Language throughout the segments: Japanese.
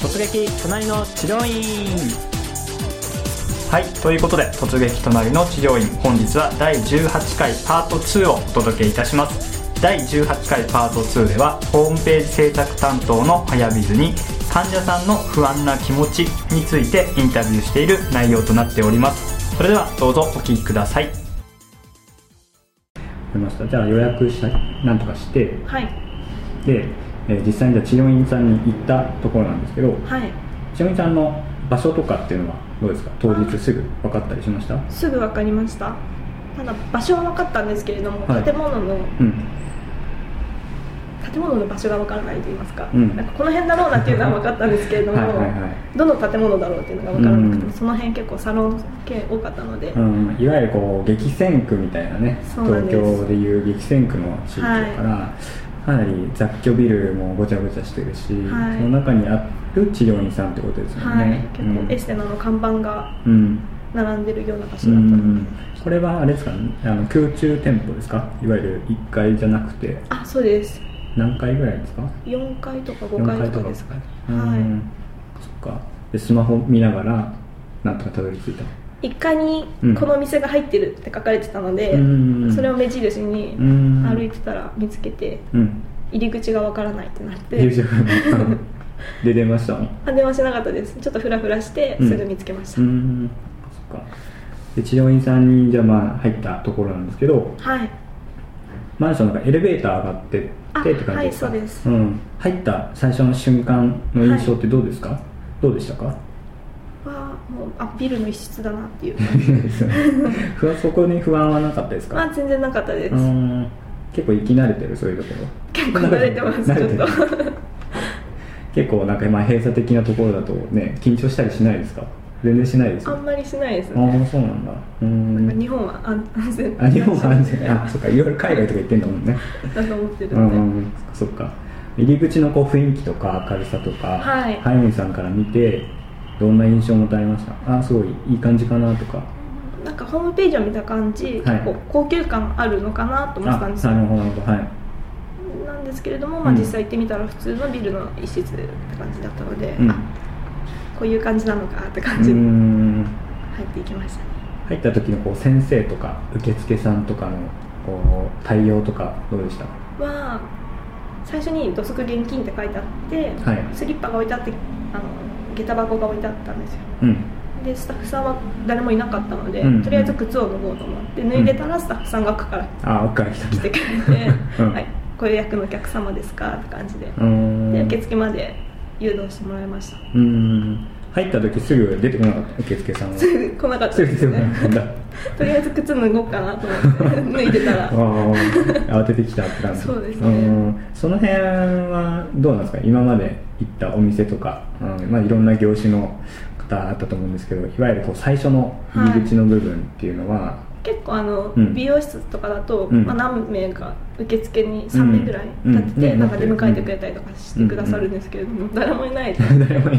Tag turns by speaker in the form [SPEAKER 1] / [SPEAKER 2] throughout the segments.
[SPEAKER 1] 突撃隣の治療院はいということで「突撃隣の治療院」本日は第18回パート2をお届けいたします第18回パート2ではホームページ制作担当の早水に患者さんの不安な気持ちについてインタビューしている内容となっておりますそれではどうぞお聞きくださいましたじゃあ予約したなんとかして
[SPEAKER 2] はい
[SPEAKER 1] で、えー実際にじゃあ治療院さんに行ったところなんですけど
[SPEAKER 2] はい
[SPEAKER 1] ちなみにさんの場所とかっていうのはどうですか当日すぐ分かったりしましたう
[SPEAKER 2] すぐ分かりましたただ場所は分かったんですけれども、
[SPEAKER 1] はい
[SPEAKER 2] 建物の
[SPEAKER 1] ん
[SPEAKER 2] 建物の場所が分からないと言いますか,、
[SPEAKER 1] うん
[SPEAKER 2] なんかこの辺だろうなっていうのは分かったんですけれど
[SPEAKER 1] は
[SPEAKER 2] も
[SPEAKER 1] いはいはい、
[SPEAKER 2] どの建物だろうっていうのが分からなくて、
[SPEAKER 1] うん
[SPEAKER 2] その辺結構サロン系多かったので、
[SPEAKER 1] うん、いわゆるこう激戦区みたいなね
[SPEAKER 2] そうなん
[SPEAKER 1] 東
[SPEAKER 2] です
[SPEAKER 1] 京でいう激戦区の地域だから、かなり雑居ビルもごちゃごちゃしてるし、
[SPEAKER 2] はい
[SPEAKER 1] その中にある治療院さんってことですよ
[SPEAKER 2] はい、
[SPEAKER 1] ね、
[SPEAKER 2] 結構エステナの看板が
[SPEAKER 1] うん、うん
[SPEAKER 2] 並んでるような場所
[SPEAKER 1] う
[SPEAKER 2] だったので、
[SPEAKER 1] ん、これはあれですか、ね、あの空中店舗ですかいわゆる1階じゃなくて
[SPEAKER 2] あそうです
[SPEAKER 1] 何階ぐらいですか
[SPEAKER 2] 4階とか5
[SPEAKER 1] 4
[SPEAKER 2] 階
[SPEAKER 1] 階
[SPEAKER 2] と
[SPEAKER 1] と
[SPEAKER 2] か
[SPEAKER 1] か
[SPEAKER 2] ですかね
[SPEAKER 1] う
[SPEAKER 2] は
[SPEAKER 1] んそっかでスマホ見ながらなんとかたどり着いた
[SPEAKER 2] い1階に
[SPEAKER 1] うん
[SPEAKER 2] この店が入ってるって書かれてたので、
[SPEAKER 1] うん
[SPEAKER 2] それを目印に
[SPEAKER 1] うん
[SPEAKER 2] 歩いてたら見つけて
[SPEAKER 1] うん
[SPEAKER 2] 入り口がわからないってなって
[SPEAKER 1] 優勝 で出ましたもん
[SPEAKER 2] あ電話しなかったですちょっとフラフラして
[SPEAKER 1] うん
[SPEAKER 2] すぐ見つけまし
[SPEAKER 1] う
[SPEAKER 2] た、
[SPEAKER 1] んそっかで治療院さんにじゃあまあ入ったところなんですけど
[SPEAKER 2] はい
[SPEAKER 1] マンションなんかエレベーター上がってって
[SPEAKER 2] あ
[SPEAKER 1] って感じですか
[SPEAKER 2] はいそうです
[SPEAKER 1] ん、入った最初の瞬間の印象ってどうですか、どうでしたか
[SPEAKER 2] はもうあビルの一室だなっていう
[SPEAKER 1] 不安そこに不安はなかったですか、
[SPEAKER 2] まあ全然なかったです、
[SPEAKER 1] うん結構生き慣れてるそういうところ
[SPEAKER 2] 結構慣れ てますちょっと
[SPEAKER 1] 結構なんかまあ閉鎖的なところだとね緊張したりしないですか全然しないです
[SPEAKER 2] あ
[SPEAKER 1] よ
[SPEAKER 2] んまりしないです
[SPEAKER 1] ああ
[SPEAKER 2] ね
[SPEAKER 1] ーそうなんだうー
[SPEAKER 2] なんか
[SPEAKER 1] ん
[SPEAKER 2] 日本は安安全
[SPEAKER 1] あ日本は安全あそっかいろいろ海外とか行ってんだもんね
[SPEAKER 2] だと思ってる
[SPEAKER 1] うん
[SPEAKER 2] で、
[SPEAKER 1] んうんそっか入り口のこう雰囲気とか明るさとか
[SPEAKER 2] はい
[SPEAKER 1] 早見さんから見てどんな印象を持たれましたあーすごいいい感じかなとか
[SPEAKER 2] なんかホームページを見た感じ、
[SPEAKER 1] はい
[SPEAKER 2] 結構高級感あるのかなと思ってたんですよ
[SPEAKER 1] なるほどなるほどはい
[SPEAKER 2] なんですけれども、まあ、
[SPEAKER 1] うん
[SPEAKER 2] 実際行ってみたら普通のビルの一室って感じだったので、
[SPEAKER 1] うん
[SPEAKER 2] あこういう感じなのかって
[SPEAKER 1] う
[SPEAKER 2] 感
[SPEAKER 1] ー
[SPEAKER 2] じで
[SPEAKER 1] ん
[SPEAKER 2] 入っていきましたね、
[SPEAKER 1] 入った時のこう先生とか受付さんとかのこう対応とかどうでした
[SPEAKER 2] は最初に「土足現金」って書いてあって、
[SPEAKER 1] はい
[SPEAKER 2] スリッパが置いてあってあの下駄箱が置いてあったんですよ
[SPEAKER 1] うん
[SPEAKER 2] でスタッフさんは誰もいなかったので、
[SPEAKER 1] うん
[SPEAKER 2] とりあえず靴を脱ごうと思って脱いでたらスタッフさんが奥から
[SPEAKER 1] あー奥から来たん
[SPEAKER 2] 来
[SPEAKER 1] だ
[SPEAKER 2] てくれて「
[SPEAKER 1] うん
[SPEAKER 2] はい、ご予約のお客様ですか?」って感じで
[SPEAKER 1] うーん
[SPEAKER 2] で受付まで誘導してもらい ました
[SPEAKER 1] うーん入った時すぐ出てこなかった受付さ んは
[SPEAKER 2] す
[SPEAKER 1] す
[SPEAKER 2] ぐ来なかった
[SPEAKER 1] ぐ
[SPEAKER 2] で
[SPEAKER 1] 出て
[SPEAKER 2] す
[SPEAKER 1] こな
[SPEAKER 2] ね
[SPEAKER 1] かったんだ
[SPEAKER 2] とりあえず靴脱ごうかなと思って 脱いでた
[SPEAKER 1] あ
[SPEAKER 2] ら
[SPEAKER 1] ー慌ててきたって感じ
[SPEAKER 2] そうですね
[SPEAKER 1] んその辺はどうなんですか今まで行ったお店とか、うんまあ、いろんな業種の方あったと思うんですけどいわゆるこう最初の入り口の部分っていうのは、
[SPEAKER 2] 結構あの、
[SPEAKER 1] うん
[SPEAKER 2] 美容室とかだと、
[SPEAKER 1] うん
[SPEAKER 2] まあ、何名か受付に3名ぐらい立ってて、
[SPEAKER 1] うん
[SPEAKER 2] なんか出迎えてくれたりとかしてくださるんですけれども、誰もいないと
[SPEAKER 1] 誰もいない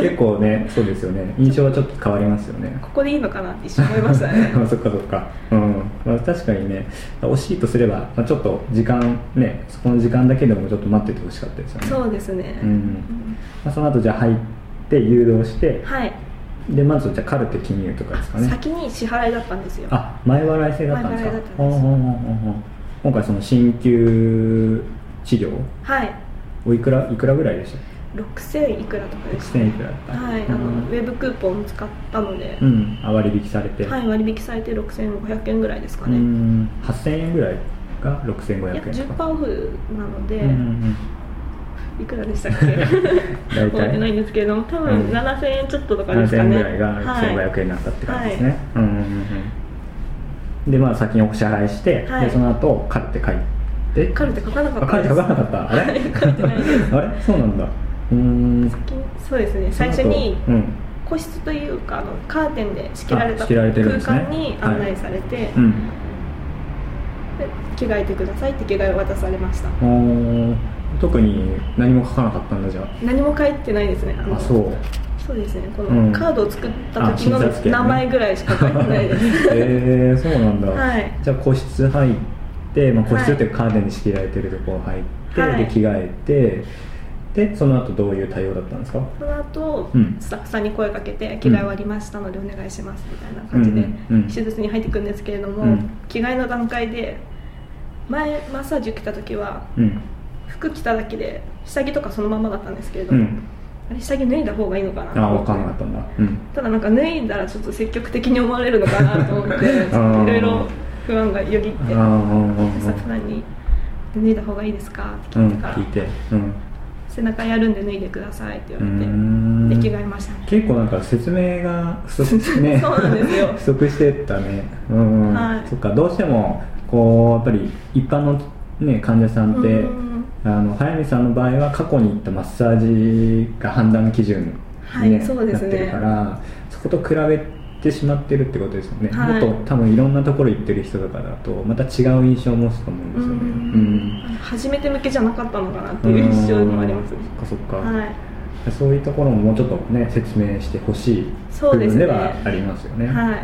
[SPEAKER 1] 結構ねそうですよね印象はちょっと変わりますよね
[SPEAKER 2] ここでいいのかなって一瞬思いました ね
[SPEAKER 1] あそっかそっかうん、まあ、確かにね惜しいとすれば、まあ、ちょっと時間ねそこの時間だけでもちょっと待っててほしかったですよね
[SPEAKER 2] そうですね、
[SPEAKER 1] うん
[SPEAKER 2] うん
[SPEAKER 1] まあ、その後じゃあ入って誘導して
[SPEAKER 2] はい、
[SPEAKER 1] でまずじゃあカルテ記入とかですかね
[SPEAKER 2] 先に支払いだったんですよ
[SPEAKER 1] あ前払い制だったんですか
[SPEAKER 2] 前払いだったんで
[SPEAKER 1] ほうほ
[SPEAKER 2] す
[SPEAKER 1] うほうほう今回その鍼灸治療
[SPEAKER 2] はい
[SPEAKER 1] おいくらいくらぐらいでした
[SPEAKER 2] 6000いくらとかでした
[SPEAKER 1] 6000いくらだった
[SPEAKER 2] はいあ
[SPEAKER 1] う
[SPEAKER 2] の、ウ
[SPEAKER 1] ん
[SPEAKER 2] ェブクーポンを使ったので
[SPEAKER 1] う、ん、あ割引されて、
[SPEAKER 2] はい、割引されて6500円ぐらいですか
[SPEAKER 1] う
[SPEAKER 2] ね、
[SPEAKER 1] ん8000円ぐらいが6500
[SPEAKER 2] い
[SPEAKER 1] 円
[SPEAKER 2] や
[SPEAKER 1] と
[SPEAKER 2] 10%
[SPEAKER 1] か
[SPEAKER 2] オフなので、
[SPEAKER 1] うんうん
[SPEAKER 2] いくらでしたっ け
[SPEAKER 1] 大体
[SPEAKER 2] 覚えてないんですけれども多
[SPEAKER 1] う
[SPEAKER 2] 分
[SPEAKER 1] ん
[SPEAKER 2] 7000円ちょっとと
[SPEAKER 1] う
[SPEAKER 2] か
[SPEAKER 1] ん、
[SPEAKER 2] です
[SPEAKER 1] 7000
[SPEAKER 2] か
[SPEAKER 1] 円
[SPEAKER 2] ね
[SPEAKER 1] ぐらいが
[SPEAKER 2] はい
[SPEAKER 1] 6500円になったって感じですね、うんうんうんでまあ先にお支払いして、
[SPEAKER 2] はい
[SPEAKER 1] でその後カルテ書いて
[SPEAKER 2] カルテ書かなか
[SPEAKER 1] あ
[SPEAKER 2] った
[SPEAKER 1] カルテ書かなかったあれ
[SPEAKER 2] はい書いてないで す
[SPEAKER 1] あれそうなんだうーん
[SPEAKER 2] そうですね最初に
[SPEAKER 1] その後
[SPEAKER 2] 個室というかあのカーテンで仕切られ
[SPEAKER 1] あ
[SPEAKER 2] た
[SPEAKER 1] 仕切られてるんで
[SPEAKER 2] 空
[SPEAKER 1] すね
[SPEAKER 2] 間に案内されて、で
[SPEAKER 1] うん、
[SPEAKER 2] 着替えてくださいって着替えを渡されました
[SPEAKER 1] うん、おー特に何も書かなかったんだじゃ
[SPEAKER 2] 何も書いてないですね
[SPEAKER 1] あ
[SPEAKER 2] の
[SPEAKER 1] あそう
[SPEAKER 2] そうですねこ
[SPEAKER 1] うん
[SPEAKER 2] のカードを作った
[SPEAKER 1] あ
[SPEAKER 2] 時の
[SPEAKER 1] 診察券ね
[SPEAKER 2] 名前ぐらいしか書いてないです、
[SPEAKER 1] えー、そうなんだ、
[SPEAKER 2] はい
[SPEAKER 1] じゃあ個室入って、まあ、個室っていうかカーテンに仕切られてるところ入って、
[SPEAKER 2] は
[SPEAKER 1] で
[SPEAKER 2] い
[SPEAKER 1] 着替えてでその後どういう対応だったんですか
[SPEAKER 2] その後、
[SPEAKER 1] うん
[SPEAKER 2] スタッフさんに声かけて着替え終わりましたのでお願いしますみたいな感じで、
[SPEAKER 1] うんうんうん
[SPEAKER 2] 手術に入っていくんですけれども、
[SPEAKER 1] うん
[SPEAKER 2] 着替えの段階で前マッサージ受けた時は
[SPEAKER 1] うん
[SPEAKER 2] 服着ただけで下着とかそのままだったんですけれど
[SPEAKER 1] う
[SPEAKER 2] も、
[SPEAKER 1] ん
[SPEAKER 2] あれ下着脱いだ方がいいのかな
[SPEAKER 1] あ
[SPEAKER 2] と
[SPEAKER 1] あ
[SPEAKER 2] 思
[SPEAKER 1] 分
[SPEAKER 2] って
[SPEAKER 1] かんなかったんだうん
[SPEAKER 2] ただなんか脱いだらちょっと積極的に思われるのかなと思って
[SPEAKER 1] あー
[SPEAKER 2] いろいろ不安がよぎって
[SPEAKER 1] ああ
[SPEAKER 2] スタッフ
[SPEAKER 1] あ
[SPEAKER 2] さんに「脱いだ方がいいですか?」って
[SPEAKER 1] うん
[SPEAKER 2] 聞いてから
[SPEAKER 1] 聞いてうん
[SPEAKER 2] 「背中やるんで脱いでください」って
[SPEAKER 1] うー
[SPEAKER 2] 言われて
[SPEAKER 1] ん
[SPEAKER 2] 出来がいましたね
[SPEAKER 1] 結構なんか説明が不足ね
[SPEAKER 2] そうなんですよ
[SPEAKER 1] 不足してたねうん、
[SPEAKER 2] はい
[SPEAKER 1] そっかどうしてもこうやっぱり一般のね患者さんって、
[SPEAKER 2] うん
[SPEAKER 1] あの早見さんの場合は過去に行ったマッサージが判断基準
[SPEAKER 2] は
[SPEAKER 1] に、
[SPEAKER 2] い
[SPEAKER 1] ね
[SPEAKER 2] そうで
[SPEAKER 1] なっ
[SPEAKER 2] すね
[SPEAKER 1] てるからそこと比べてしまってるってことですよね、
[SPEAKER 2] はい
[SPEAKER 1] もっと多分いろんなところ行ってる人とかだとまた違う印象を持つと思うんで
[SPEAKER 2] う
[SPEAKER 1] すよね
[SPEAKER 2] ん初めて向けじゃなかったのかなっていう印象もありますね
[SPEAKER 1] うんそっかそっか、
[SPEAKER 2] はい
[SPEAKER 1] そういうところももうちょっとね説明してほしい
[SPEAKER 2] そ
[SPEAKER 1] 部
[SPEAKER 2] うです
[SPEAKER 1] 分
[SPEAKER 2] ね
[SPEAKER 1] ではありますよね
[SPEAKER 2] はい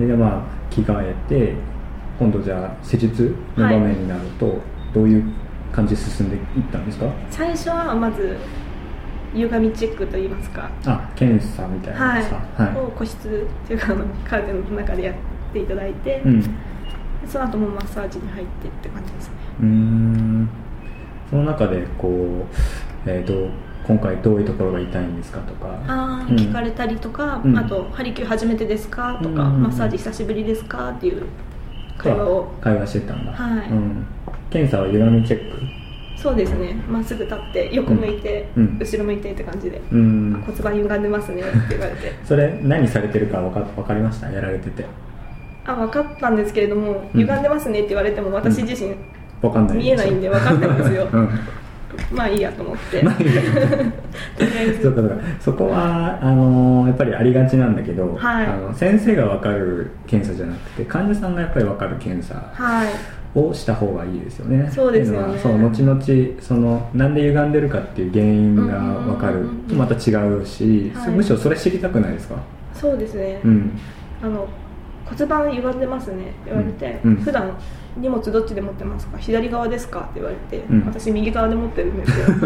[SPEAKER 1] うん、でまあ着替えて今度じゃあ施術の場面になると、どういう感じで進んでいったんですか
[SPEAKER 2] 最初はまず歪みチェックといいますか
[SPEAKER 1] あ検査みたいな
[SPEAKER 2] は
[SPEAKER 1] の
[SPEAKER 2] い
[SPEAKER 1] さ、
[SPEAKER 2] を個室っていうかあのカーテンの中でやっていただいて
[SPEAKER 1] うんう
[SPEAKER 2] その後もマッサージに入ってって感じですね
[SPEAKER 1] ーんその中でこう、えー、どう今回どういうところが痛いんですかとか
[SPEAKER 2] ああ、
[SPEAKER 1] うん
[SPEAKER 2] 聞かれたりとか、
[SPEAKER 1] うん
[SPEAKER 2] あと「ハリキュー初めてですか?」とか、
[SPEAKER 1] うんうんうん
[SPEAKER 2] マッサージ久しぶりですか?」っていう会話を
[SPEAKER 1] 会話してたんだ、
[SPEAKER 2] はい
[SPEAKER 1] うん、検査は歪みチェック
[SPEAKER 2] そうですねまっすぐ立って横向いて、
[SPEAKER 1] うんうん
[SPEAKER 2] 後ろ向いてって感じで、
[SPEAKER 1] う
[SPEAKER 2] あ
[SPEAKER 1] ん
[SPEAKER 2] 骨盤歪んでますねって言われて
[SPEAKER 1] それ何されてるか分か分かりましたやられてて
[SPEAKER 2] あ分かったんですけれども
[SPEAKER 1] うん
[SPEAKER 2] 歪んでますねって言われても私自身、
[SPEAKER 1] 分かんない
[SPEAKER 2] 見えないんで分かんないんですよ
[SPEAKER 1] うん
[SPEAKER 2] まあいい やと思って
[SPEAKER 1] まあいいや
[SPEAKER 2] とりあえ
[SPEAKER 1] そうかそ
[SPEAKER 2] ず
[SPEAKER 1] うかそこはあのーやっぱりありがちなんだけど、
[SPEAKER 2] はい
[SPEAKER 1] あの先生が分かる検査じゃなくて患者さんがやっぱり分かる検査
[SPEAKER 2] はい
[SPEAKER 1] をした方がいいですよね。
[SPEAKER 2] そうですよね
[SPEAKER 1] っていうのはそう後々そのなんで歪んでるかっていう原因が分か
[SPEAKER 2] うん
[SPEAKER 1] る
[SPEAKER 2] うんうん
[SPEAKER 1] とまた違うし、
[SPEAKER 2] はい
[SPEAKER 1] むしろそれ知りたくないですか？
[SPEAKER 2] そうですね、
[SPEAKER 1] うん。
[SPEAKER 2] あの骨盤歪んでますねって言われて、
[SPEAKER 1] うんうん
[SPEAKER 2] 普段荷物どっちで持ってますか左側ですかって言われて、
[SPEAKER 1] うん
[SPEAKER 2] 私右側で持ってるん ですよ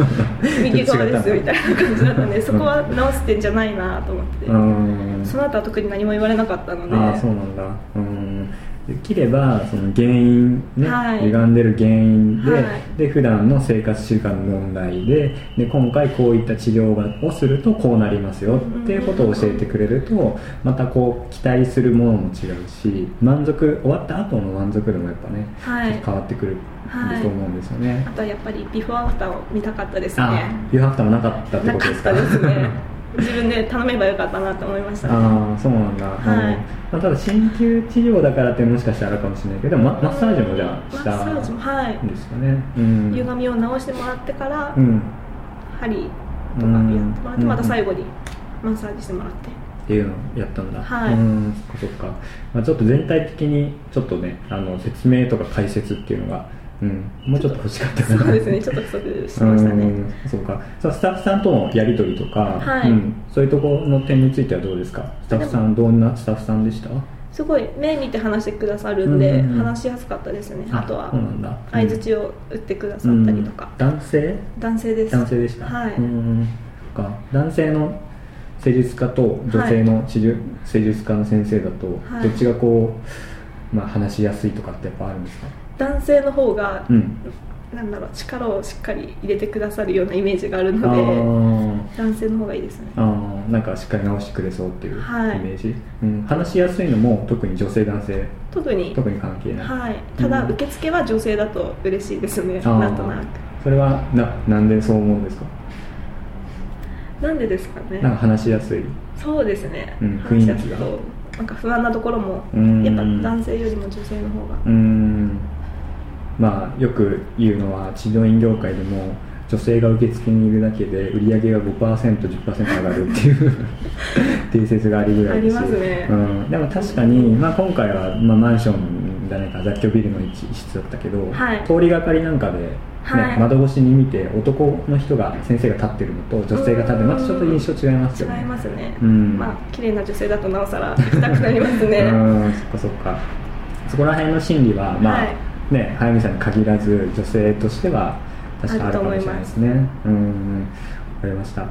[SPEAKER 2] 右側ですよみたいな感じだったんでそこは直してんじゃないなと思って、
[SPEAKER 1] うん。
[SPEAKER 2] その後は特に何も言われなかったので
[SPEAKER 1] ああそうなんだうんできればその原因ね、
[SPEAKER 2] はい
[SPEAKER 1] 歪んでる原因で,、
[SPEAKER 2] はい
[SPEAKER 1] で普段の生活習慣の問題でで今回こういった治療をするとこうなりますよっていうことを教えてくれるとまたこう期待するものも違うし満足終わった後の満足度もやっぱね、
[SPEAKER 2] はい
[SPEAKER 1] 変わってくる
[SPEAKER 2] はい
[SPEAKER 1] と思うんですよね、
[SPEAKER 2] あとはやっぱりビフォーアフターを見たかったです
[SPEAKER 1] あ
[SPEAKER 2] ね
[SPEAKER 1] あ You have なかったって
[SPEAKER 2] な
[SPEAKER 1] こと
[SPEAKER 2] か
[SPEAKER 1] で
[SPEAKER 2] っ
[SPEAKER 1] すか
[SPEAKER 2] たですね 自分で頼めばよかったなと思いましたね
[SPEAKER 1] ああそうなんだ、
[SPEAKER 2] はい
[SPEAKER 1] うんまあ、ただ鍼灸治療だからってもしかしたらあるかもしれないけどまマッサージもじゃあし
[SPEAKER 2] マッサージも
[SPEAKER 1] た
[SPEAKER 2] はい
[SPEAKER 1] んですかねうん
[SPEAKER 2] 歪みを直してもらってから、
[SPEAKER 1] うん
[SPEAKER 2] 針とかやって
[SPEAKER 1] うん
[SPEAKER 2] もらってまた最
[SPEAKER 1] 後
[SPEAKER 2] 後にマッサージしても らって
[SPEAKER 1] っていうのをやったんだ
[SPEAKER 2] はい
[SPEAKER 1] うんそっかそっか、まあ、ちょっと全体的にちょっとねあの説明とか解説っていうのが、うん、もうちょっと欲しかったかな
[SPEAKER 2] そうですね、ちょっと不足しましたね。
[SPEAKER 1] うんそうかそうスタッフさんとのやり取りとか、
[SPEAKER 2] はい
[SPEAKER 1] うん、そういうところの点についてはどうですかスタッフさんどんなスタッフさんでした
[SPEAKER 2] すごい目見て話してくださるんで、
[SPEAKER 1] うんうんうん
[SPEAKER 2] 話しやすかったですね。あとは
[SPEAKER 1] そうなんだ
[SPEAKER 2] 相槌を打ってくださったりとか
[SPEAKER 1] うん、男性
[SPEAKER 2] 男性です。
[SPEAKER 1] 男性でした
[SPEAKER 2] はい
[SPEAKER 1] ー
[SPEAKER 2] う
[SPEAKER 1] んそっか男性の施術家と女性の施術,、施術家の先生だと、
[SPEAKER 2] はい
[SPEAKER 1] どっちがこう、まあ、話しやすいとかってやっぱあるんですか
[SPEAKER 2] 男性の方が
[SPEAKER 1] う、ん
[SPEAKER 2] なんだろう、力をしっかり入れてくださるようなイメージがある
[SPEAKER 1] あ
[SPEAKER 2] の
[SPEAKER 1] ー
[SPEAKER 2] で、男性の方がいいですね。
[SPEAKER 1] あーなんかしっかり直してくれそうっていうイメ
[SPEAKER 2] はい
[SPEAKER 1] ージ、うん、話しやすいのも特に女性男性
[SPEAKER 2] 特に、
[SPEAKER 1] 特に関係ない、
[SPEAKER 2] はい。ただ、受付は女性だと嬉しいですね、
[SPEAKER 1] あー
[SPEAKER 2] なんとなく。
[SPEAKER 1] それはななんでそう思うんですか
[SPEAKER 2] なんでですかね
[SPEAKER 1] なん。か話しやすい
[SPEAKER 2] そうですね。
[SPEAKER 1] うん
[SPEAKER 2] 話しやすい
[SPEAKER 1] 雰囲
[SPEAKER 2] と、なんか不安なところも
[SPEAKER 1] うん、
[SPEAKER 2] やっぱ男性よりも女性の方が。
[SPEAKER 1] うーんまあよく言うのは治療院業界でも女性が受付にいるだけで売り上げが 5%10% 上がるっていう 定説がありぐらいです
[SPEAKER 2] ありますね
[SPEAKER 1] うん、でも確かに、まあ、今回は、まあ、マンションじゃないか雑居ビルの一室だったけど、
[SPEAKER 2] はい
[SPEAKER 1] 通りがかりなんかで、ね
[SPEAKER 2] はい
[SPEAKER 1] 窓越しに見て男の人が先生が立ってるのと女性が立ってるまたちょっと印象違います
[SPEAKER 2] 違
[SPEAKER 1] よね
[SPEAKER 2] いますね、
[SPEAKER 1] うん
[SPEAKER 2] まあ綺麗な女性だとなおさら行きたくなりますね
[SPEAKER 1] うんそっかそっかそこら辺の心理はまあ、
[SPEAKER 2] は
[SPEAKER 1] ね早見さんに限らず女性としては確かあるかもしれないですね。うん、わかりました。